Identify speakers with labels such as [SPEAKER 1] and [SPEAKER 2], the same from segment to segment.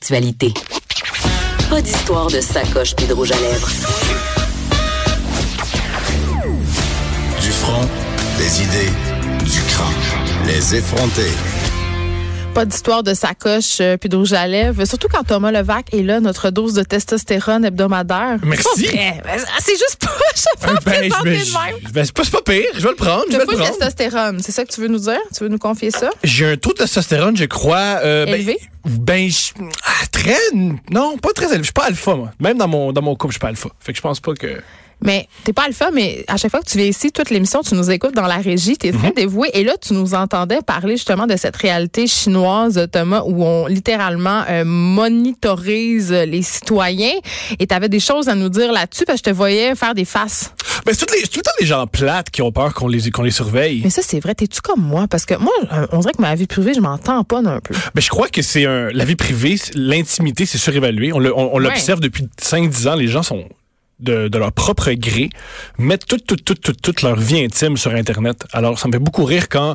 [SPEAKER 1] Actualité. Pas d'histoire de sacoche puis de rouge à lèvres.
[SPEAKER 2] Du front, des idées, du crâne. Les effronter.
[SPEAKER 3] Pas d'histoire de sacoche euh, puis de rouge à lèvres. Surtout quand Thomas Levac est là, notre dose de testostérone hebdomadaire.
[SPEAKER 4] Merci.
[SPEAKER 3] C'est pas vrai. Ben, C'est juste pas. Je vais pas
[SPEAKER 4] Ben, je
[SPEAKER 3] présenter
[SPEAKER 4] vais-
[SPEAKER 3] de même.
[SPEAKER 4] je- ben, c'est pas c'est pas pire, je vais le prendre, je
[SPEAKER 3] T'as
[SPEAKER 4] vais
[SPEAKER 3] pas
[SPEAKER 4] le
[SPEAKER 3] de
[SPEAKER 4] prendre.
[SPEAKER 3] testostérone. C'est ça que tu veux nous dire? Tu veux nous confier ça?
[SPEAKER 4] J'ai un taux de testostérone, je crois. euh, ben,
[SPEAKER 3] Élevé?
[SPEAKER 4] Ben, je- ah, très. Non, pas très élevé. Je suis pas alpha, moi. Même dans mon, dans mon couple, je suis pas alpha. Fait que je pense pas que. ben,
[SPEAKER 3] Mais t'es pas alpha, mais à chaque fois que tu viens ici, toute l'émission, tu nous écoutes dans la régie, t'es
[SPEAKER 4] Mhm.
[SPEAKER 3] très dévoué. Et là, tu nous entendais parler justement de cette réalité chinoise, Thomas, où on littéralement euh, monitorise les citoyens. Et t'avais des choses à nous dire là-dessus, parce que je te voyais faire des faces.
[SPEAKER 4] Ben, c'est toutes les- c'est tout le temps les gens plates qui ont peur qu'on les, qu'on les surveille.
[SPEAKER 3] Mais ça, c'est vrai. T'es-tu comme moi? Parce que moi, euh, on dirait que ma vie privée, je m'entends pas un peu.
[SPEAKER 4] Ben, je crois que c'est un. La vie privée, c'est- l'intimité, c'est surévalué. On le- on- on l'observe depuis 5-10 ans. Les gens sont. De, de leur propre gré, mettent toute, toute, toute, toute, toute leur vie intime sur Internet. Alors, ça me fait beaucoup rire quand.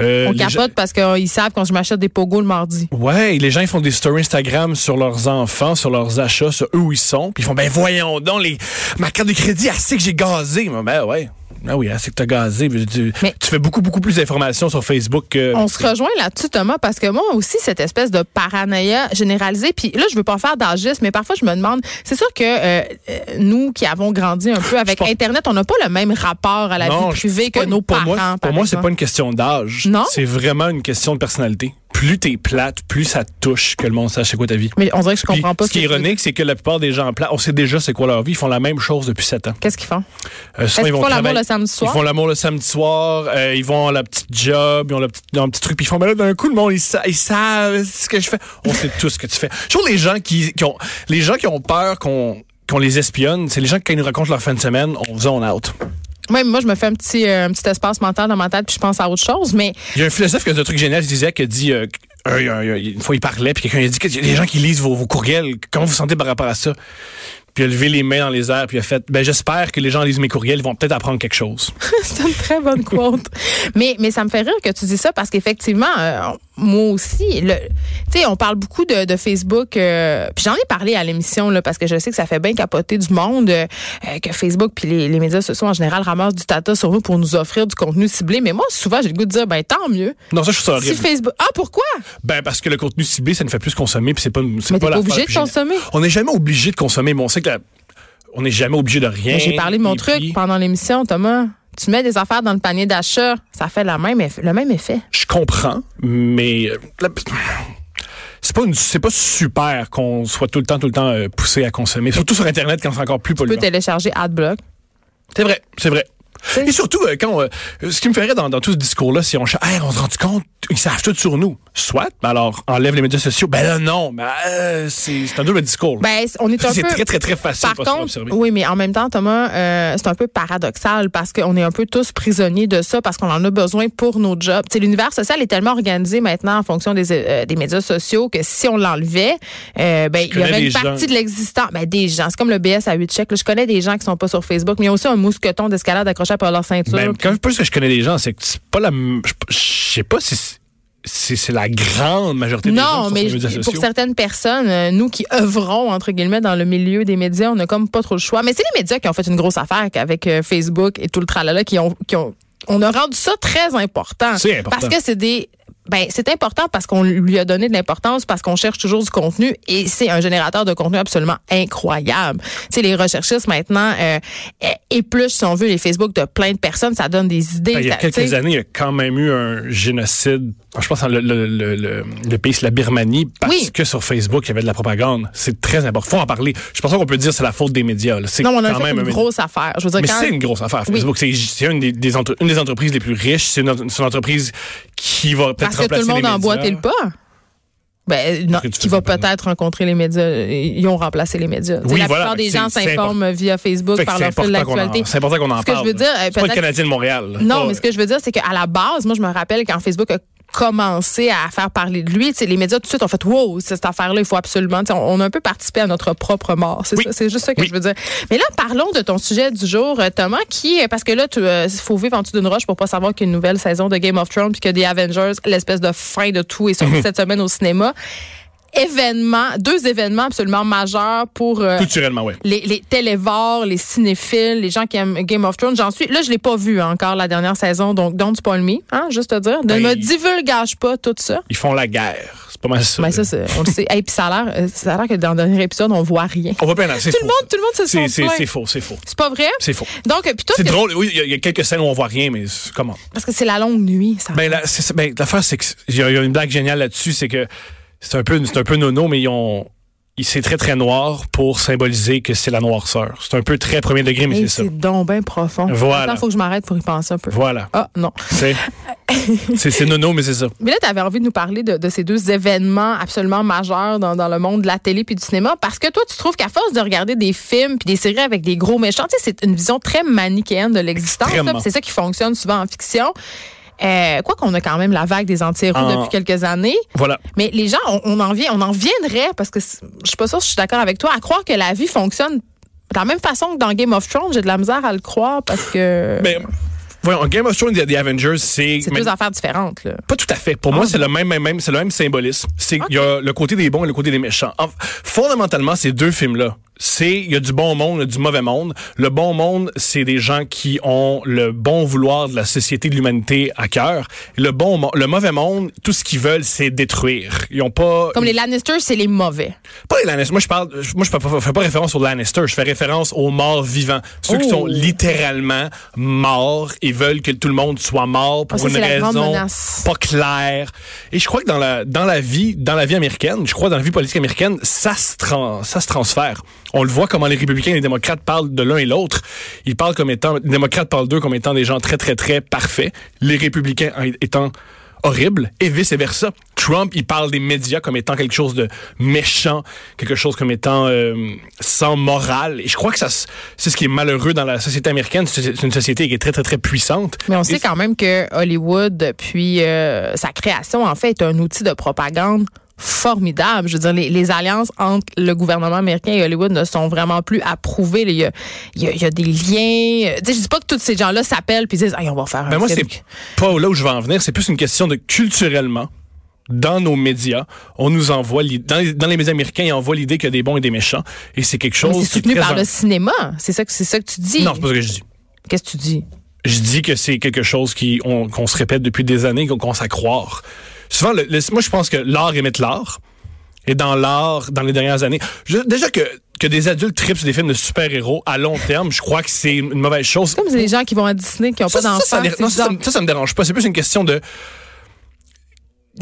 [SPEAKER 4] euh,
[SPEAKER 3] On
[SPEAKER 4] les gens-
[SPEAKER 3] capote parce qu'ils savent quand je m'achète des pogos le mardi.
[SPEAKER 4] Ouais, et les gens ils font des stories Instagram sur leurs enfants, sur leurs achats, sur eux où ils sont. Puis ils font ben voyons donc les ma carte de crédit, elle sait que j'ai gazé. Ben, ben ouais. Ah oui, elle sait que t'as gazé. Mais Tu,
[SPEAKER 3] Mais-
[SPEAKER 4] tu fais beaucoup, beaucoup plus d'informations sur Facebook que.
[SPEAKER 3] On se rejoint là-dessus, Thomas, parce que moi aussi, cette espèce de paranoïa généralisée, puis là, je veux pas faire d'âgisme, mais parfois, je me demande, c'est sûr que euh, euh, nous qui avons grandi un peu avec
[SPEAKER 4] pense-
[SPEAKER 3] Internet, on n'a pas le même rapport à la
[SPEAKER 4] Non,
[SPEAKER 3] vie
[SPEAKER 4] je-
[SPEAKER 3] privée
[SPEAKER 4] c'est
[SPEAKER 3] que
[SPEAKER 4] pas-
[SPEAKER 3] nos
[SPEAKER 4] pour
[SPEAKER 3] parents.
[SPEAKER 4] Moi,
[SPEAKER 3] par
[SPEAKER 4] pour moi, c'est
[SPEAKER 3] exemple.
[SPEAKER 4] pas une question d'âge.
[SPEAKER 3] Non?
[SPEAKER 4] C'est vraiment une question de personnalité. Plus t'es plate, plus ça te touche que le monde sache c'est quoi ta vie.
[SPEAKER 3] Mais on dirait que je comprends
[SPEAKER 4] Puis,
[SPEAKER 3] pas
[SPEAKER 4] ce qui est
[SPEAKER 3] que tu veux dire.
[SPEAKER 4] ironique, c'est que la plupart des gens plates, on sait déjà c'est quoi leur vie. Ils font la même chose depuis sept ans.
[SPEAKER 3] Qu'est-ce qu'ils font?
[SPEAKER 4] Euh, souvent,
[SPEAKER 3] Est-ce qu'ils font l'amour
[SPEAKER 4] travailler-
[SPEAKER 3] le samedi soir?
[SPEAKER 4] Ils font l'amour le samedi soir, euh, ils vont à la petite job, ils ont le petit, un petit truc, puis ils font, mais là, d'un coup, le monde, ils, sa- ils savent ce que je fais. On sait tous ce que tu fais. Je trouve les gens qui, qui ont, les gens qui ont peur qu'on, qu'on les espionne, c'est les gens qui, quand ils nous racontent leur fin de semaine, on zone out.
[SPEAKER 3] Moi, moi, je me fais un petit, euh, un petit espace mental dans ma tête, puis je pense à autre chose, mais
[SPEAKER 4] Il y a un philosophe qui a dit un truc génial, je disais, qui a dit, euh, un- un- un- une fois il parlait, puis quelqu'un a dit, que les gens qui lisent vos, vos courriels, comment vous vous sentez par rapport à ça? Puis il a levé les mains dans les airs, puis il a fait, ben j'espère que les gens lisent mes courriels, ils vont peut-être apprendre quelque chose.
[SPEAKER 3] C'est une très bonne quote. mais, mais ça me fait rire que tu dis ça parce qu'effectivement, euh, moi aussi, le- tu sais, on parle beaucoup de, de Facebook. euh, puis j'en ai parlé à l'émission là, parce que je sais que ça fait bien capoter du monde euh, euh, que Facebook puis les, les médias sociaux en général ramassent du tata sur nous pour nous offrir du contenu ciblé. Mais moi, souvent, j'ai le goût de dire, ben tant mieux.
[SPEAKER 4] Non, ça, je trouve ça horrible.
[SPEAKER 3] Si Facebook. Ah, pourquoi?
[SPEAKER 4] Ben parce que le contenu ciblé, ça ne fait plus consommer, puis c'est pas, c'est
[SPEAKER 3] Mais t'es
[SPEAKER 4] pas
[SPEAKER 3] pas
[SPEAKER 4] l'affaire
[SPEAKER 3] obligé
[SPEAKER 4] la
[SPEAKER 3] de
[SPEAKER 4] plus gênante.
[SPEAKER 3] consommer.
[SPEAKER 4] On n'est jamais obligé de consommer, mais on sait que la- on n'est jamais obligé de rien.
[SPEAKER 3] J'ai parlé de mon
[SPEAKER 4] Et
[SPEAKER 3] truc
[SPEAKER 4] puis,
[SPEAKER 3] pendant l'émission, Thomas. Tu mets des affaires dans le panier d'achat, ça fait la même eff- le même effet.
[SPEAKER 4] Je comprends, mais euh, la- c'est pas une- c'est pas super qu'on soit tout le temps tout le temps euh, poussé à consommer, surtout sur internet quand c'est encore plus
[SPEAKER 3] Tu peux
[SPEAKER 4] polluant.
[SPEAKER 3] télécharger AdBlock.
[SPEAKER 4] C'est vrai, c'est vrai.
[SPEAKER 3] sais-
[SPEAKER 4] Et surtout, euh, quand euh, ce qui me ferait dans, dans tout ce discours-là, c'est on, ch- Hey, on se rend compte, ils savent tout sur nous. Soit, ben alors enlève les médias sociaux. Ben là, non, ben, euh, c'est c'est un double discours. là.
[SPEAKER 3] Ben, on est un
[SPEAKER 4] c'est
[SPEAKER 3] peu.
[SPEAKER 4] très, très, très facile
[SPEAKER 3] Par
[SPEAKER 4] pour se faire
[SPEAKER 3] contre,
[SPEAKER 4] observer.
[SPEAKER 3] oui, mais en même temps, Thomas, euh, c'est un peu paradoxal parce qu'on est un peu tous prisonniers de ça parce qu'on en a besoin pour nos jobs. Tu sais, L'univers social est tellement organisé maintenant en fonction des, euh, des médias sociaux que si on l'enlevait, euh, ben, il y
[SPEAKER 4] connais
[SPEAKER 3] aurait une
[SPEAKER 4] des gens.
[SPEAKER 3] partie de l'existence. Ben, des gens. C'est comme le BS à 8 chèques. là. Je connais des gens qui sont pas sur Facebook, mais il y a aussi un mousqueton d'escalade accroché par leur ceinture.
[SPEAKER 4] Ben, quand je pense que je connais des gens, c'est que c'est pas la. m- Je je sais pas si c'est- c'est c'est la grande majorité des gens
[SPEAKER 3] Non,
[SPEAKER 4] qui sont
[SPEAKER 3] mais
[SPEAKER 4] sur les médias
[SPEAKER 3] je-
[SPEAKER 4] sociaux.
[SPEAKER 3] pour certaines personnes, euh, nous qui œuvrons, entre guillemets, dans le milieu des médias, on n'a comme pas trop le choix. Mais c'est les médias qui ont fait une grosse affaire avec euh, Facebook et tout le tralala qui ont, qui ont, on a rendu ça très important.
[SPEAKER 4] C'est important.
[SPEAKER 3] Parce que c'est des, ben, c'est important parce qu'on lui a donné de l'importance, parce qu'on cherche toujours du contenu et c'est un générateur de contenu absolument incroyable. Tu sais, les recherchistes maintenant, euh, é- épluchent, si on veut, les Facebook de plein de personnes, ça donne des idées.
[SPEAKER 4] Ben, il y a
[SPEAKER 3] ça- tu
[SPEAKER 4] quelques
[SPEAKER 3] sais.
[SPEAKER 4] années, il y a quand même eu un génocide. Je pense dans le, le, le, le, le pays, c'est la Birmanie, parce
[SPEAKER 3] Oui.
[SPEAKER 4] que sur Facebook, il y avait de la propagande. C'est très important. Faut en parler. Je pense pas qu'on peut dire que c'est la faute des médias. là. C'est
[SPEAKER 3] Non, on a
[SPEAKER 4] quand
[SPEAKER 3] fait
[SPEAKER 4] même un
[SPEAKER 3] une
[SPEAKER 4] média.
[SPEAKER 3] grosse affaire. Je veux dire,
[SPEAKER 4] Mais
[SPEAKER 3] quand-
[SPEAKER 4] c'est une grosse affaire,
[SPEAKER 3] Oui.
[SPEAKER 4] Facebook. C'est- C'est une des, des entre- une des entreprises les plus riches. C'est une, c'est une entreprise qui va peut-être
[SPEAKER 3] Parce que
[SPEAKER 4] remplacer
[SPEAKER 3] tout le
[SPEAKER 4] les
[SPEAKER 3] monde a
[SPEAKER 4] médias.
[SPEAKER 3] emboîté le pas. Ben, non,
[SPEAKER 4] que tu
[SPEAKER 3] qui
[SPEAKER 4] faisais
[SPEAKER 3] va
[SPEAKER 4] pas,
[SPEAKER 3] peut-être rencontrer les médias. euh, Ils ont remplacé les médias. Tu sais, la
[SPEAKER 4] voilà,
[SPEAKER 3] plupart des
[SPEAKER 4] c'est-
[SPEAKER 3] gens
[SPEAKER 4] c'est
[SPEAKER 3] s'informent via Facebook
[SPEAKER 4] Fait que
[SPEAKER 3] par
[SPEAKER 4] c'est
[SPEAKER 3] leur fil
[SPEAKER 4] important qu'on en,
[SPEAKER 3] d'actualité.
[SPEAKER 4] c'est important qu'on en
[SPEAKER 3] Ce que je
[SPEAKER 4] parle.
[SPEAKER 3] veux dire,
[SPEAKER 4] là.
[SPEAKER 3] euh,
[SPEAKER 4] c'est pas le
[SPEAKER 3] peut-être-
[SPEAKER 4] Canadien de Montréal. là.
[SPEAKER 3] Non,
[SPEAKER 4] Pas-
[SPEAKER 3] mais ce que je veux dire, c'est qu'à la base, moi, je me rappelle quand Facebook a commencé à faire parler de lui, tu sais, les médias tout de suite ont fait wow, c'est cette affaire-là, il faut absolument. Tu sais, On, on a un peu participé à notre propre mort. C'est
[SPEAKER 4] Oui.
[SPEAKER 3] ça, c'est juste ça que
[SPEAKER 4] Oui.
[SPEAKER 3] je veux dire. Mais là, parlons de ton sujet du jour, euh, Thomas, qui, euh, parce que là, il faut vivre en dessous d'une roche pour pas savoir qu'il y a une nouvelle saison de Game of Thrones puis que des Avengers, l'espèce de fin de tout, est sorti cette semaine au cinéma. Événements, deux événements absolument majeurs pour euh,
[SPEAKER 4] Culturellement, oui.
[SPEAKER 3] les, les télévores, les cinéphiles, les gens qui aiment Game of Thrones. J'en suis. Là, je l'ai pas vu hein, encore la dernière saison, donc don't spoil me, hein, juste te dire. Ne
[SPEAKER 4] Ben,
[SPEAKER 3] me
[SPEAKER 4] il-
[SPEAKER 3] divulgage pas tout ça.
[SPEAKER 4] Ils font la guerre. C'est pas mal ça.
[SPEAKER 3] Mais ça, Ben, c'est- on le sait. Et puis ça a l'air, euh, ça a l'air que dans le dernier épisode, on voit rien.
[SPEAKER 4] On va pas lancer.
[SPEAKER 3] Tout le monde, tout le monde se
[SPEAKER 4] C'est
[SPEAKER 3] sent
[SPEAKER 4] c'est-
[SPEAKER 3] plein.
[SPEAKER 4] c'est faux, c'est faux.
[SPEAKER 3] C'est pas vrai?
[SPEAKER 4] C'est faux.
[SPEAKER 3] Donc, euh, puis toi,
[SPEAKER 4] C'est
[SPEAKER 3] que-
[SPEAKER 4] drôle. Oui, il y a- il y, a quelques scènes où on voit rien, mais c'est- comment?
[SPEAKER 3] parce que c'est la longue nuit, ça.
[SPEAKER 4] Ben, la, c'est- c'est- ben, l'affaire, c'est que il y, a il y a une blague géniale là-dessus, c'est que c'est un peu, c'est un peu nono, mais ils ont, ils- c'est très très noir pour symboliser que c'est la noirceur. C'est un peu très premier degré, mais
[SPEAKER 3] Hey,
[SPEAKER 4] c'est ça.
[SPEAKER 3] c'est donc bien profond.
[SPEAKER 4] Voilà.
[SPEAKER 3] Attends, faut que je m'arrête pour y penser un peu.
[SPEAKER 4] Voilà.
[SPEAKER 3] Ah, non.
[SPEAKER 4] C'est, c'est, c'est nono, mais c'est ça.
[SPEAKER 3] Mais là, tu avais envie de nous parler de, de ces deux événements absolument majeurs dans, dans le monde de la télé puis du cinéma parce que toi, tu trouves qu'à force de regarder des films puis des séries avec des gros méchants, tu sais, c'est une vision très manichéenne de l'existence. là,
[SPEAKER 4] Extrêmement.
[SPEAKER 3] puis C'est ça qui fonctionne souvent en fiction. Euh, quoi qu'on a quand même la vague des anti-héros
[SPEAKER 4] En-
[SPEAKER 3] depuis quelques années,
[SPEAKER 4] Voilà.
[SPEAKER 3] mais les gens, on, on en vient, on en viendrait parce que c'est- je suis pas sûre, si je suis d'accord avec toi, à croire que la vie fonctionne de la même façon que dans Game of Thrones. J'ai de la misère à le croire parce que
[SPEAKER 4] Mais, voyons, Game of Thrones, The The Avengers, c'est.
[SPEAKER 3] c'est
[SPEAKER 4] mais-
[SPEAKER 3] deux affaires Ah. différentes. Là.
[SPEAKER 4] Pas tout à fait. Pour moi, c'est le même, même, même, c'est le même symbolisme. C'est il y a le côté des bons et le côté des méchants. En- fondamentalement, ces deux films-là, c'est il y a du bon monde, et du mauvais monde. Le bon monde, c'est des gens qui ont le bon vouloir de la société de l'humanité à cœur. Le bon, mo- le mauvais monde, tout ce qu'ils veulent, c'est détruire. Ils ont pas
[SPEAKER 3] Comme les Lannister, c'est les mauvais.
[SPEAKER 4] pas les Lannister. Moi, je parle, moi, je fais pas- fais pas référence aux Lannister. Je fais référence aux morts vivants. Ceux qui
[SPEAKER 3] Oh.
[SPEAKER 4] sont littéralement morts et veulent que tout le monde soit mort pour
[SPEAKER 3] Ah, ça,
[SPEAKER 4] une
[SPEAKER 3] c'est la grande
[SPEAKER 4] raison
[SPEAKER 3] menace.
[SPEAKER 4] pas claire. Et je crois que dans la, dans la vie, dans la vie américaine, je crois dans la vie politique américaine, ça se, tran- ça se transfère. On le voit comment les républicains et les démocrates parlent de l'un et l'autre. Ils parlent comme étant, les démocrates parlent d'eux comme étant des gens très, très, très parfaits. Les républicains en- étant horribles et vice versa. Trump, il parle des médias comme étant quelque chose de méchant, quelque chose comme étant euh, sans morale. Et je crois que ça, s- c'est ce qui est malheureux dans la société américaine. C'est c'est une société qui est très, très, très puissante.
[SPEAKER 3] Mais on
[SPEAKER 4] Et
[SPEAKER 3] sait quand même que Hollywood, depuis euh, sa création, en fait, est un outil de propagande formidable. Je veux dire, les, les alliances entre le gouvernement américain et Hollywood ne sont vraiment plus approuvées. Il y a, il y a- il y a des liens. Euh, Tu sais, je dis pas que tous ces gens-là s'appellent puis disent, Hey, on va faire un
[SPEAKER 4] Ben moi, c'est
[SPEAKER 3] film.
[SPEAKER 4] pas là où je vais en venir. C'est plus une question de culturellement. Dans nos médias, on nous envoie l'i- dans les, dans les médias américains, ils envoient l'idée qu'il y a des bons et des méchants, et c'est quelque
[SPEAKER 3] Mais
[SPEAKER 4] chose
[SPEAKER 3] c'est
[SPEAKER 4] qui est
[SPEAKER 3] soutenu
[SPEAKER 4] très
[SPEAKER 3] par
[SPEAKER 4] en-
[SPEAKER 3] le cinéma. C'est ça que c'est ça que tu dis.
[SPEAKER 4] Non, c'est pas ce que je dis.
[SPEAKER 3] Qu'est-ce que tu dis?
[SPEAKER 4] Je dis que c'est quelque chose qui on- qu'on se répète depuis des années, qu'on commence à croire. Souvent, le- le- moi, je pense que l'art émet l'art, et dans l'art, dans les dernières années, je- déjà que que des adultes tripent sur des films de super-héros à long terme, je crois que c'est une mauvaise chose.
[SPEAKER 3] Comme les gens qui vont à Disney qui n'ont pas
[SPEAKER 4] Ça,
[SPEAKER 3] d'enfants.
[SPEAKER 4] ça, ça,
[SPEAKER 3] c'est
[SPEAKER 4] non, ça,
[SPEAKER 3] bizarre.
[SPEAKER 4] ça me- ça, ça me dérange pas. C'est plus une question de.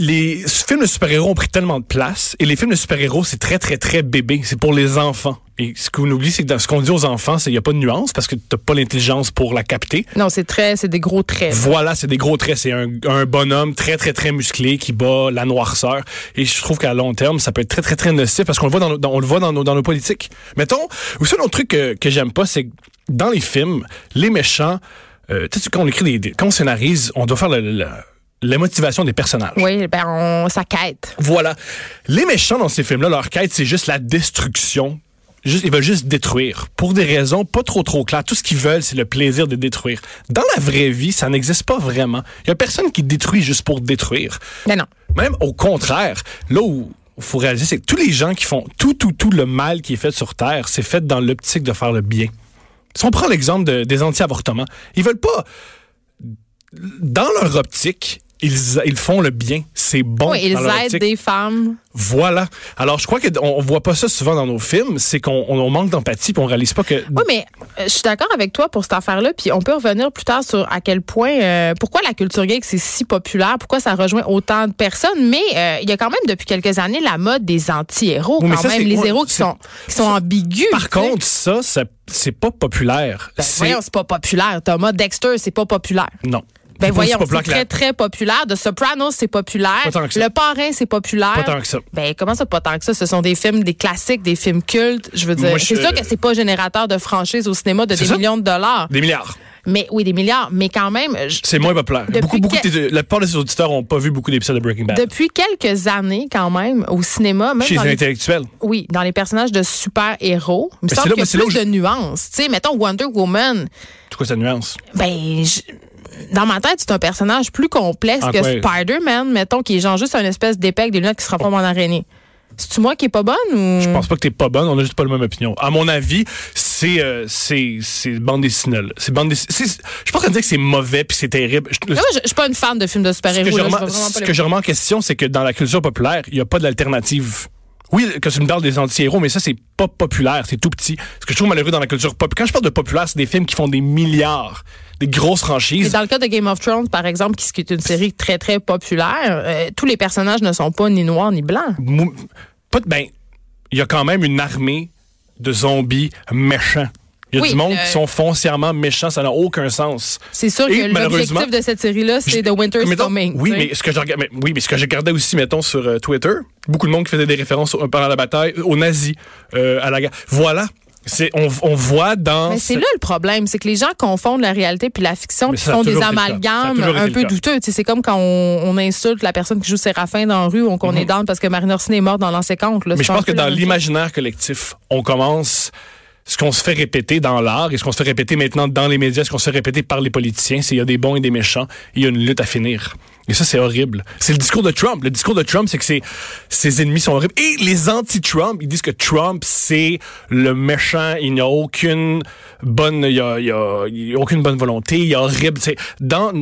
[SPEAKER 4] Les films de super-héros ont pris tellement de place et les films de super-héros, c'est très, très, très bébé. C'est pour les enfants. Et ce qu'on oublie, c'est que dans ce qu'on dit aux enfants, c'est qu'il n'y a pas de nuance parce que tu pas l'intelligence pour la capter.
[SPEAKER 3] Non, c'est très, c'est des gros traits.
[SPEAKER 4] Voilà, c'est des gros traits. C'est un, un bonhomme très, très, très musclé qui bat la noirceur. Et je trouve qu'à long terme, ça peut être très, très, très nocif parce qu'on le voit dans, nos- dans- on le voit dans nos, dans nos politiques. Mettons, aussi un autre truc que, que j'aime pas, c'est que dans les films, les méchants, euh, tu sais, quand on écrit des, des- quand on scénarise, on doit faire le- le- la motivation des personnages.
[SPEAKER 3] Oui, ben on, ça quête.
[SPEAKER 4] Voilà. Les méchants dans ces films-là, leur quête, c'est juste la destruction. Juste, ils veulent juste détruire. Pour des raisons pas trop trop claires. Tout ce qu'ils veulent, c'est le plaisir de détruire. Dans la vraie vie, ça n'existe pas vraiment. Il y a personne qui détruit juste pour détruire.
[SPEAKER 3] Mais non.
[SPEAKER 4] Même au contraire, là où faut réaliser, c'est que tous les gens qui font tout, tout, tout le mal qui est fait sur Terre, c'est fait dans l'optique de faire le bien. Si on prend l'exemple de- des anti-avortements, ils veulent pas... Dans leur optique, ils, ils font le bien. C'est bon.
[SPEAKER 3] Oui, ils
[SPEAKER 4] dans leur
[SPEAKER 3] aident
[SPEAKER 4] optique.
[SPEAKER 3] des femmes.
[SPEAKER 4] Voilà. Alors, je crois qu'on on voit pas ça souvent dans nos films, c'est qu'on on- on manque d'empathie puis on réalise pas que.
[SPEAKER 3] Oui, mais euh, je suis d'accord avec toi pour cette affaire-là. Puis on peut revenir plus tard sur à quel point, euh, pourquoi la culture gay c'est si populaire, pourquoi ça rejoint autant de personnes. Mais euh, il y a quand même depuis quelques années la mode des anti-héros,
[SPEAKER 4] Oui, mais
[SPEAKER 3] quand
[SPEAKER 4] ça,
[SPEAKER 3] même,
[SPEAKER 4] c'est-
[SPEAKER 3] les
[SPEAKER 4] moi,
[SPEAKER 3] héros qui
[SPEAKER 4] c'est-
[SPEAKER 3] sont, qui sont ambigus.
[SPEAKER 4] Par
[SPEAKER 3] tu sais.
[SPEAKER 4] contre, ça, ça- c'est pas populaire.
[SPEAKER 3] Ben,
[SPEAKER 4] C'est-
[SPEAKER 3] voyons, c'est pas populaire, Thomas. Dexter, c'est pas populaire.
[SPEAKER 4] Non.
[SPEAKER 3] Ben
[SPEAKER 4] C'est pas aussi
[SPEAKER 3] voyons, c'est
[SPEAKER 4] populaire que
[SPEAKER 3] très,
[SPEAKER 4] la-
[SPEAKER 3] très populaire. The Sopranos, c'est populaire.
[SPEAKER 4] Pas tant que ça.
[SPEAKER 3] Le Parrain, c'est populaire.
[SPEAKER 4] Pas tant que ça.
[SPEAKER 3] Ben, comment ça, pas tant que ça? Ce sont des films, des classiques, des films cultes. Je veux dire,
[SPEAKER 4] Moi, je-
[SPEAKER 3] c'est sûr que c'est pas générateur de franchise au cinéma de
[SPEAKER 4] C'est
[SPEAKER 3] des
[SPEAKER 4] ça.
[SPEAKER 3] millions de dollars.
[SPEAKER 4] Des milliards.
[SPEAKER 3] Mais oui, des milliards. Mais quand même, je-
[SPEAKER 4] C'est moins populaire.
[SPEAKER 3] Depuis
[SPEAKER 4] Beaucoup, beaucoup
[SPEAKER 3] que-
[SPEAKER 4] de- La plupart des auditeurs n'ont pas vu beaucoup d'épisodes de Breaking Bad.
[SPEAKER 3] depuis quelques années, quand même, au cinéma, même
[SPEAKER 4] Chez
[SPEAKER 3] dans
[SPEAKER 4] les
[SPEAKER 3] les-
[SPEAKER 4] intellectuels.
[SPEAKER 3] oui, dans les personnages de super-héros, il me
[SPEAKER 4] Mais
[SPEAKER 3] semble
[SPEAKER 4] c'est là-
[SPEAKER 3] qu'il y
[SPEAKER 4] mais
[SPEAKER 3] a
[SPEAKER 4] c'est là
[SPEAKER 3] plus
[SPEAKER 4] où
[SPEAKER 3] de nuances. Tu sais, mettons Wonder Woman,
[SPEAKER 4] C'est quoi cette nuance?
[SPEAKER 3] ben je- dans ma tête, c'est un personnage plus complexe
[SPEAKER 4] En
[SPEAKER 3] que
[SPEAKER 4] quoi?
[SPEAKER 3] Spider-Man, mettons, qui est genre juste un espèce d'épée avec des lunettes qui se transforme en araignée. C'est-tu moi qui est pas bonne ou...
[SPEAKER 4] Je pense pas que t'es pas bonne, on a juste pas la même opinion. À mon avis, c'est euh, c'est c'est bande dessinée. là. C'est bande dessinée. c'est- Je pense qu'on dit que c'est mauvais puis c'est terrible. Je-
[SPEAKER 3] Mais moi, je, je suis pas une fan de films de
[SPEAKER 4] ce que,
[SPEAKER 3] super-héros.
[SPEAKER 4] je
[SPEAKER 3] là, je
[SPEAKER 4] remets,
[SPEAKER 3] vois vraiment pas
[SPEAKER 4] ce
[SPEAKER 3] le-
[SPEAKER 4] que je remets en question, c'est que dans la culture populaire, il n'y a pas d'alternative. Oui, que tu me parles des anti-héros, mais ça, c'est pas populaire, c'est tout petit. Ce que je trouve malheureux dans la culture pop. Quand je parle de populaire, c'est des films qui font des milliards, des grosses
[SPEAKER 3] Mais
[SPEAKER 4] franchises.
[SPEAKER 3] dans le cas de Game of Thrones, par exemple, qui qui est une série très, très populaire, euh, tous les personnages ne sont pas ni noirs ni blancs.
[SPEAKER 4] mou- pas de- ben, il y a quand même une armée de zombies méchants. Il y a
[SPEAKER 3] Oui,
[SPEAKER 4] du monde
[SPEAKER 3] euh,
[SPEAKER 4] qui sont foncièrement méchants, ça n'a aucun sens.
[SPEAKER 3] C'est sûr
[SPEAKER 4] Et
[SPEAKER 3] que
[SPEAKER 4] malheureusement-
[SPEAKER 3] l'objectif de cette série-là, c'est
[SPEAKER 4] Je-
[SPEAKER 3] The Winter is
[SPEAKER 4] mettons-
[SPEAKER 3] Coming.
[SPEAKER 4] Oui
[SPEAKER 3] tu sais.
[SPEAKER 4] mais, ce que je regarde, mais- oui, mais ce que je regardais aussi, mettons, sur euh, Twitter, beaucoup de monde qui faisait des références au- pendant la bataille, aux nazis, euh, à la guerre. Voilà. C'est, on, on voit dans.
[SPEAKER 3] Mais c'est là le problème, c'est que les gens confondent la réalité puis la fiction,
[SPEAKER 4] Mais
[SPEAKER 3] puis
[SPEAKER 4] ça a
[SPEAKER 3] font des
[SPEAKER 4] toujours été le cas.
[SPEAKER 3] amalgames
[SPEAKER 4] Ça a toujours
[SPEAKER 3] un
[SPEAKER 4] été
[SPEAKER 3] peu
[SPEAKER 4] le cas.
[SPEAKER 3] douteux. Tu sais, C'est comme quand on, on insulte la personne qui joue Séraphin dans la rue ou qu'on est dans parce que Marine Orsini est morte dans l'ancien compte.
[SPEAKER 4] Mhm. Mais je pense que dans l'imaginaire collectif, on commence ce qu'on se fait répéter dans l'art et ce qu'on se fait répéter maintenant dans les médias, ce qu'on se fait répéter par les politiciens, c'est il y a des bons et des méchants, il y a une lutte à finir. Et ça, c'est horrible. C'est le discours de Trump. Le discours de Trump, c'est que ses, ses ennemis sont horribles. Et les anti-Trump, ils disent que Trump, c'est le méchant. Il n'y a aucune bonne, il y a, il y a- il y a aucune bonne volonté. Il est horrible. C'est dans,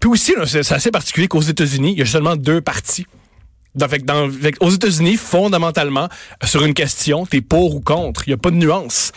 [SPEAKER 4] puis aussi, là, c'est c'est assez particulier qu'aux États-Unis, il y a seulement deux partis. Dans- fait que dans- fait que aux États-Unis, fondamentalement, sur une question, t'es pour ou contre. Il n'y a pas de nuance.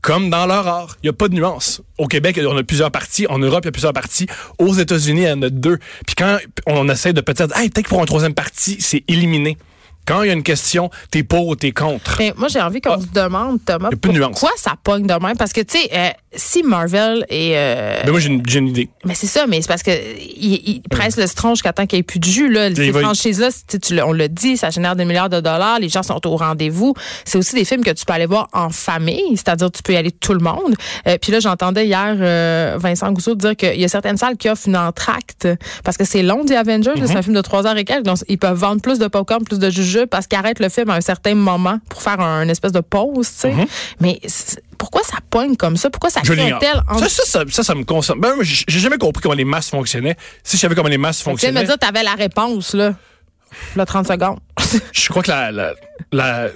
[SPEAKER 4] Comme dans leur art, il n'y a pas de nuance. Au Québec, on a plusieurs partis. En Europe, il y a plusieurs partis. Aux États-Unis, il y en a deux. Puis quand on essaie de peut-être, hey, peut-être pour un troisième parti, c'est éliminé. Quand il y a une question, t'es pour ou t'es contre.
[SPEAKER 3] Mais moi, j'ai envie qu'on
[SPEAKER 4] Ah.
[SPEAKER 3] se demande, Thomas,
[SPEAKER 4] Y a plus de
[SPEAKER 3] pourquoi ça pogne de même? Parce que, tu sais, euh, si Marvel et... euh,
[SPEAKER 4] Ben moi, j'ai une, j'ai une idée.
[SPEAKER 3] mais c'est ça, mais c'est parce que il, il presse le citron jusqu'à temps qu'il n'y ait plus de jus. Là. Ces
[SPEAKER 4] il va-
[SPEAKER 3] franchises-là, c'est- tu sais, tu l'as- on le dit, ça génère des milliards de dollars, les gens sont au rendez-vous. C'est aussi des films que tu peux aller voir en famille, c'est-à-dire tu peux y aller tout le monde. Euh, puis là, j'entendais hier euh, Vincent Gousseau dire qu'il y a certaines salles qui offrent une entracte parce que c'est long, The Avengers, là, c'est
[SPEAKER 4] Mhm.
[SPEAKER 3] un film de trois heures et quelques, donc ils peuvent vendre plus de popcorn, plus de jujubes parce qu'ils arrêtent le film à un certain moment pour faire un, une espèce de pause. tu sais. Mais c'est- pourquoi ça pogne comme ça? Pourquoi ça
[SPEAKER 4] Mhm. Je
[SPEAKER 3] crée un
[SPEAKER 4] l'ignore.
[SPEAKER 3] tel...
[SPEAKER 4] Ça, ça, ça, ça, ça me concerne. Ben, moi, j'ai j'ai jamais compris comment les masses fonctionnaient. Si je savais comment les masses
[SPEAKER 3] Tu viens de
[SPEAKER 4] fonctionnaient.
[SPEAKER 3] me dire que t'avais la réponse, là. Là, 30 secondes.
[SPEAKER 4] Je crois que la, la, la,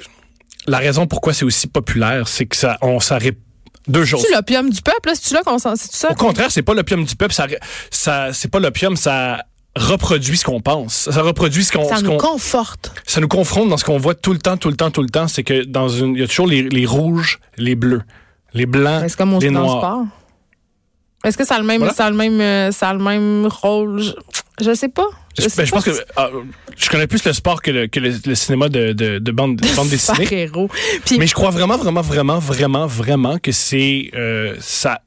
[SPEAKER 4] la raison pourquoi c'est aussi populaire, c'est que ça, on s'arrête deux choses.
[SPEAKER 3] C'est-tu l'opium du peuple, là? C'est-tu là qu'on s'en... C'est-tu ça?
[SPEAKER 4] Au contraire, c'est pas l'opium du peuple, ça, ça c'est pas l'opium, ça reproduit ce qu'on pense. Ça reproduit ce qu'on
[SPEAKER 3] Ça
[SPEAKER 4] ce
[SPEAKER 3] nous
[SPEAKER 4] qu'on-
[SPEAKER 3] conforte.
[SPEAKER 4] ça nous confronte dans ce qu'on voit tout le temps, tout le temps, tout le temps, c'est que dans une il y a toujours les, les rouges, les bleus, les blancs,
[SPEAKER 3] Est-ce comme on
[SPEAKER 4] Hein? les
[SPEAKER 3] se dans le
[SPEAKER 4] noirs.
[SPEAKER 3] sport? Est-ce que ça a le même,
[SPEAKER 4] Voilà.
[SPEAKER 3] ça a le même, euh, ça a le même rôle? Je, je sais pas.
[SPEAKER 4] Je,
[SPEAKER 3] sais
[SPEAKER 4] ben, je
[SPEAKER 3] pas
[SPEAKER 4] pense que
[SPEAKER 3] si-
[SPEAKER 4] ah, je connais plus le sport que le, que le, le cinéma de, de, de bande, de bande dessinée.
[SPEAKER 3] Super-héros. Puis,
[SPEAKER 4] Mais je crois vraiment, vraiment, vraiment, vraiment, vraiment que c'est euh, ça.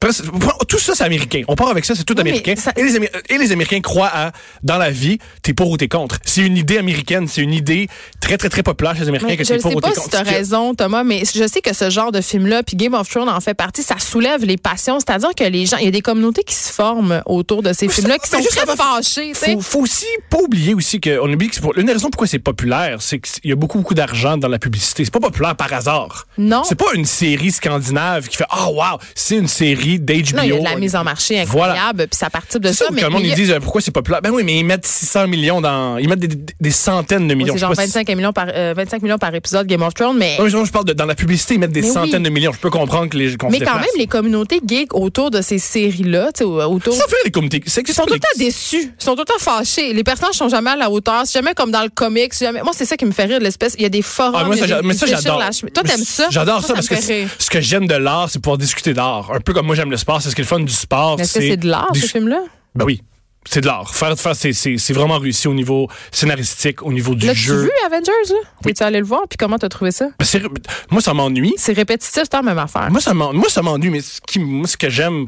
[SPEAKER 4] presque- Tout ça, c'est américain. On part avec ça, c'est tout
[SPEAKER 3] Oui, mais
[SPEAKER 4] américain.
[SPEAKER 3] ça-
[SPEAKER 4] Et, les Amé- et les Américains croient à, dans la vie, t'es pour ou t'es contre. C'est une idée américaine, c'est une idée très, très, très populaire chez les Américains
[SPEAKER 3] mais
[SPEAKER 4] que
[SPEAKER 3] je
[SPEAKER 4] t'es
[SPEAKER 3] ne
[SPEAKER 4] pour
[SPEAKER 3] sais
[SPEAKER 4] ou
[SPEAKER 3] pas
[SPEAKER 4] t'es
[SPEAKER 3] si
[SPEAKER 4] contre.
[SPEAKER 3] tu as
[SPEAKER 4] C'est que-
[SPEAKER 3] raison, Thomas, mais je sais que ce genre de film-là, puis Game of Thrones en fait partie, ça soulève les passions. C'est-à-dire que les gens, il y a des communautés qui se forment autour de ces
[SPEAKER 4] Mais ça-
[SPEAKER 3] films-là, qui
[SPEAKER 4] mais
[SPEAKER 3] sont
[SPEAKER 4] juste
[SPEAKER 3] très
[SPEAKER 4] avant-
[SPEAKER 3] fâchés. tu sais.
[SPEAKER 4] Faut, faut aussi pas oublier aussi qu'on oublie que c'est pour- une des raisons pourquoi c'est populaire, c'est qu'il y a beaucoup beaucoup d'argent dans la publicité. C'est pas populaire par hasard.
[SPEAKER 3] Non.
[SPEAKER 4] C'est pas une série scandinave qui fait ah wow, c'est une série d'HBO.
[SPEAKER 3] Non, il y a de la mise en marché incroyable,
[SPEAKER 4] euh, Voilà.
[SPEAKER 3] puis ça partir de
[SPEAKER 4] C'est
[SPEAKER 3] ça.
[SPEAKER 4] ça, où que le monde,
[SPEAKER 3] il y
[SPEAKER 4] ils
[SPEAKER 3] a-
[SPEAKER 4] disent euh, pourquoi c'est populaire. Ben oui, mais ils mettent 600 millions dans. Ils mettent des, des- des centaines de
[SPEAKER 3] Oui,
[SPEAKER 4] millions.
[SPEAKER 3] c'est
[SPEAKER 4] Je sais
[SPEAKER 3] genre
[SPEAKER 4] pas si-
[SPEAKER 3] 25 millions, par, euh, 25 millions par épisode Game of Thrones, mais,
[SPEAKER 4] Non, mais non, je parle de. Dans la publicité, ils mettent des
[SPEAKER 3] Mais oui.
[SPEAKER 4] centaines de millions. Je peux comprendre que les. qu'on se
[SPEAKER 3] mais quand
[SPEAKER 4] déplace.
[SPEAKER 3] même, les communautés geeks autour de ces séries-là, tu sais, autour.
[SPEAKER 4] Ça fait les comités. C'est que
[SPEAKER 3] Ils sont tout le temps déçus, ils sont tout le temps fâchés. Les personnages sont jamais à la hauteur, c'est jamais comme dans le comics. c'est Jamais... Moi, c'est ça qui me fait rire, de l'espèce. Il y a des forums.
[SPEAKER 4] Ah, moi,
[SPEAKER 3] il y
[SPEAKER 4] ça,
[SPEAKER 3] a
[SPEAKER 4] j'a-
[SPEAKER 3] des-
[SPEAKER 4] mais
[SPEAKER 3] ils
[SPEAKER 4] ça,
[SPEAKER 3] déchirent
[SPEAKER 4] j'adore.
[SPEAKER 3] la chemise. Toi, t'aimes ça?
[SPEAKER 4] J'adore ça,
[SPEAKER 3] Moi,
[SPEAKER 4] parce
[SPEAKER 3] me
[SPEAKER 4] que
[SPEAKER 3] fait rire.
[SPEAKER 4] c'est- ce que j'aime de l'art, c'est pouvoir discuter d'art. Un peu comme moi, j'aime le sport. C'est ce qui est le fun du sport.
[SPEAKER 3] Mais Est-ce que c'est de l'art,
[SPEAKER 4] des-
[SPEAKER 3] ce film-là?
[SPEAKER 4] Ben oui. c'est de l'art. Faire, faire c'est, c'est, c'est vraiment réussi au niveau scénaristique, au niveau du
[SPEAKER 3] L'as-tu
[SPEAKER 4] jeu.
[SPEAKER 3] vu Avengers, là? T'es-tu allé le voir? Puis comment t'as trouvé ça?
[SPEAKER 4] Ben, c'est- moi, ça m'ennuie.
[SPEAKER 3] C'est répétitif, c'est la même affaire.
[SPEAKER 4] Moi, ça m'en- moi, ça m'ennuie, mais ce, qui, moi, ce que j'aime,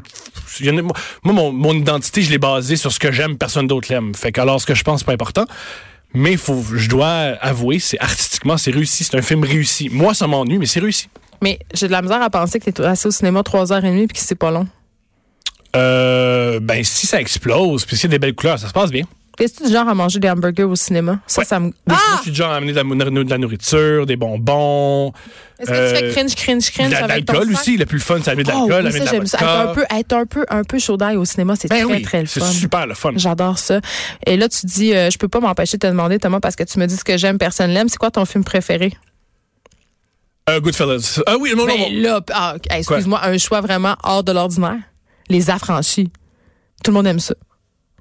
[SPEAKER 4] il y en a- moi, mon, mon identité, je l'ai basée sur ce que j'aime, personne d'autre l'aime. Fait que alors, ce que je pense, c'est pas important. Mais faut, je dois avouer, c'est artistiquement, c'est réussi. C'est un film réussi. Moi, ça m'ennuie, mais c'est réussi.
[SPEAKER 3] Mais j'ai de la misère à penser que t'es assis au cinéma 3h30 puis que c'est pas long.
[SPEAKER 4] Euh, ben, si ça explose, puis s'il y a des belles couleurs, ça se passe bien.
[SPEAKER 3] T'es-tu du genre à manger des hamburgers au cinéma? Ça,
[SPEAKER 4] Ouais. Ah!
[SPEAKER 3] ça me.
[SPEAKER 4] Moi, je- moi, je suis du genre à amener de la, mou- de la nourriture, des bonbons.
[SPEAKER 3] Est-ce que
[SPEAKER 4] euh,
[SPEAKER 3] tu fais cringe, cringe,
[SPEAKER 4] de
[SPEAKER 3] cringe
[SPEAKER 4] la- de
[SPEAKER 3] avec ton
[SPEAKER 4] l'alcool
[SPEAKER 3] sac?
[SPEAKER 4] aussi, le plus fun, c'est amener de
[SPEAKER 3] Oh,
[SPEAKER 4] l'alcool,
[SPEAKER 3] oui,
[SPEAKER 4] amener
[SPEAKER 3] ça,
[SPEAKER 4] de la
[SPEAKER 3] j'aime ça. Être
[SPEAKER 4] vodka.
[SPEAKER 3] un peu, être un peu, un peu chaud d'ail au cinéma, c'est
[SPEAKER 4] Ben
[SPEAKER 3] très,
[SPEAKER 4] oui,
[SPEAKER 3] très le
[SPEAKER 4] c'est
[SPEAKER 3] fun.
[SPEAKER 4] super le fun.
[SPEAKER 3] J'adore ça. Et là, tu dis, euh, je peux pas m'empêcher de te demander, Thomas, parce que tu me dis ce que j'aime, personne l'aime. C'est quoi ton film préféré?
[SPEAKER 4] Euh, Goodfellas. Ah oui, non, non,
[SPEAKER 3] Mais
[SPEAKER 4] non.
[SPEAKER 3] là, p- ah, ok, excuse-moi, un choix vraiment hors de l'ordinaire. Les affranchis. Tout le monde aime ça.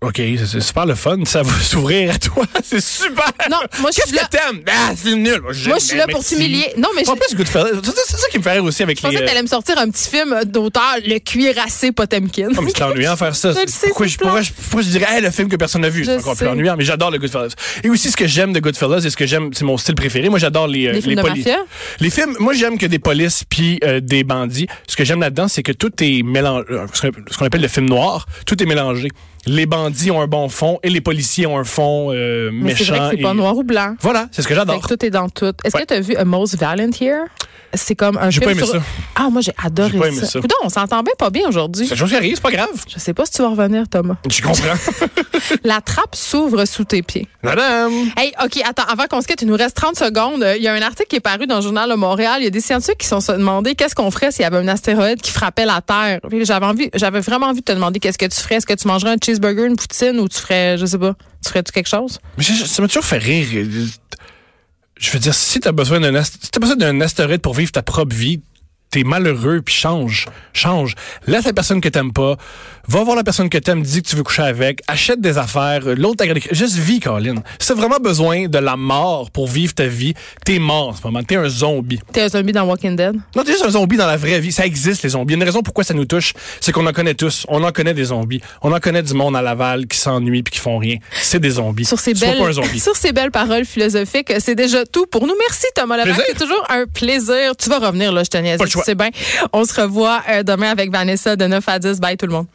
[SPEAKER 4] OK, c'est- c'est super le fun. Ça va s'ouvrir à toi. C'est super.
[SPEAKER 3] Non, moi, je suis
[SPEAKER 4] Qu'est-ce que
[SPEAKER 3] là-
[SPEAKER 4] t'aimes? Ah, c'est nul. Moi,
[SPEAKER 3] Moi, je suis là pour t'humilier. Non, mais je,
[SPEAKER 4] En plus, Goodfellas, c'est ça- c'est ça qui me fait rire aussi avec
[SPEAKER 3] je pensais
[SPEAKER 4] les...
[SPEAKER 3] que t'allais me sortir un petit film d'auteur, Le cuirassé Potemkin.
[SPEAKER 4] Non, mais c'est ennuyant de faire ça.
[SPEAKER 3] Ah, Je le sais,
[SPEAKER 4] pourquoi,
[SPEAKER 3] c'est
[SPEAKER 4] je, pourquoi, je, pourquoi je dirais, hey, le film que personne n'a vu?
[SPEAKER 3] Je
[SPEAKER 4] C'est encore plus
[SPEAKER 3] sais.
[SPEAKER 4] ennuyant, mais j'adore le Goodfellas. Et aussi, ce que j'aime de Goodfellas et ce que j'aime, c'est mon style préféré. Moi, j'adore les, euh,
[SPEAKER 3] Les films de
[SPEAKER 4] poli-
[SPEAKER 3] mafia?
[SPEAKER 4] Les films, moi, j'aime que des polices puis euh, des bandits. Ce que j'aime là-dedans, c'est que tout est mélangé, euh, ce qu'on- ce qu'on appelle le film noir, tout est mélangé. Les bandits ont un bon fond et les policiers ont un fond euh,
[SPEAKER 3] mais c'est
[SPEAKER 4] méchant.
[SPEAKER 3] vrai que c'est
[SPEAKER 4] et-
[SPEAKER 3] pas noir ou blanc.
[SPEAKER 4] Voilà, c'est ce que
[SPEAKER 3] Fait
[SPEAKER 4] j'adore.
[SPEAKER 3] que tout est dans tout. Est-ce
[SPEAKER 4] Ouais.
[SPEAKER 3] que t'as vu A Most Valiant Here? C'est comme un
[SPEAKER 4] J'ai
[SPEAKER 3] film
[SPEAKER 4] pas aimé
[SPEAKER 3] sur-
[SPEAKER 4] ça.
[SPEAKER 3] Ah, moi, j'ai adoré
[SPEAKER 4] J'ai pas aimé ça.
[SPEAKER 3] Coudon, on s'entend bien pas bien aujourd'hui.
[SPEAKER 4] C'est une chose qui arrive, c'est pas grave.
[SPEAKER 3] Je sais pas si tu vas revenir, Thomas.
[SPEAKER 4] Tu comprends.
[SPEAKER 3] La trappe s'ouvre sous tes pieds.
[SPEAKER 4] Madame!
[SPEAKER 3] Hey, OK, attends, avant qu'on se quitte, il nous reste 30 secondes. Euh, Il y a un article qui est paru dans le Journal de Montréal. Il y a des scientifiques qui se sont demandé qu'est-ce qu'on ferait s'il y avait un astéroïde qui frappait la Terre. Puis J'avais envie, j'avais vraiment envie de te demander qu'est-ce que tu ferais. Est-ce que tu mangerais un cheeseburger, une poutine ou tu ferais, je sais pas, tu ferais-tu quelque chose?
[SPEAKER 4] Mais je- je- ça m'a toujours fait rire. Je veux dire, si t'as besoin d'un ast- si t'as besoin d'un astéroïde pour vivre ta propre vie, t'es malheureux, puis change, change. Laisse la personne que t'aimes pas, va voir la personne que t'aimes, dis que tu veux coucher avec, achète des affaires, l'autre t'agresse. Juste vis, Colin. Si t'as vraiment besoin de la mort pour vivre ta vie, t'es mort en ce moment, t'es un zombie.
[SPEAKER 3] T'es un zombie dans Walking Dead?
[SPEAKER 4] Non, t'es juste un zombie dans la vraie vie. Ça existe, les zombies. Il y a une raison pourquoi ça nous touche, c'est qu'on en connaît tous. On en connaît des zombies. On en connaît du monde à Laval qui s'ennuie puis qui font rien. C'est des zombies.
[SPEAKER 3] Sur ces,
[SPEAKER 4] Sois
[SPEAKER 3] belles,
[SPEAKER 4] pas un zombie.
[SPEAKER 3] sur ces belles paroles philosophiques, c'est déjà tout pour nous. Merci, Thomas Levac.
[SPEAKER 4] Plaisir.
[SPEAKER 3] C'est toujours un plaisir. Tu vas revenir, là, je te niaise.
[SPEAKER 4] Pas le choix.
[SPEAKER 3] Tu sais bien. On se revoit euh, demain avec Vanessa de 9 à 10. Bye, tout le monde.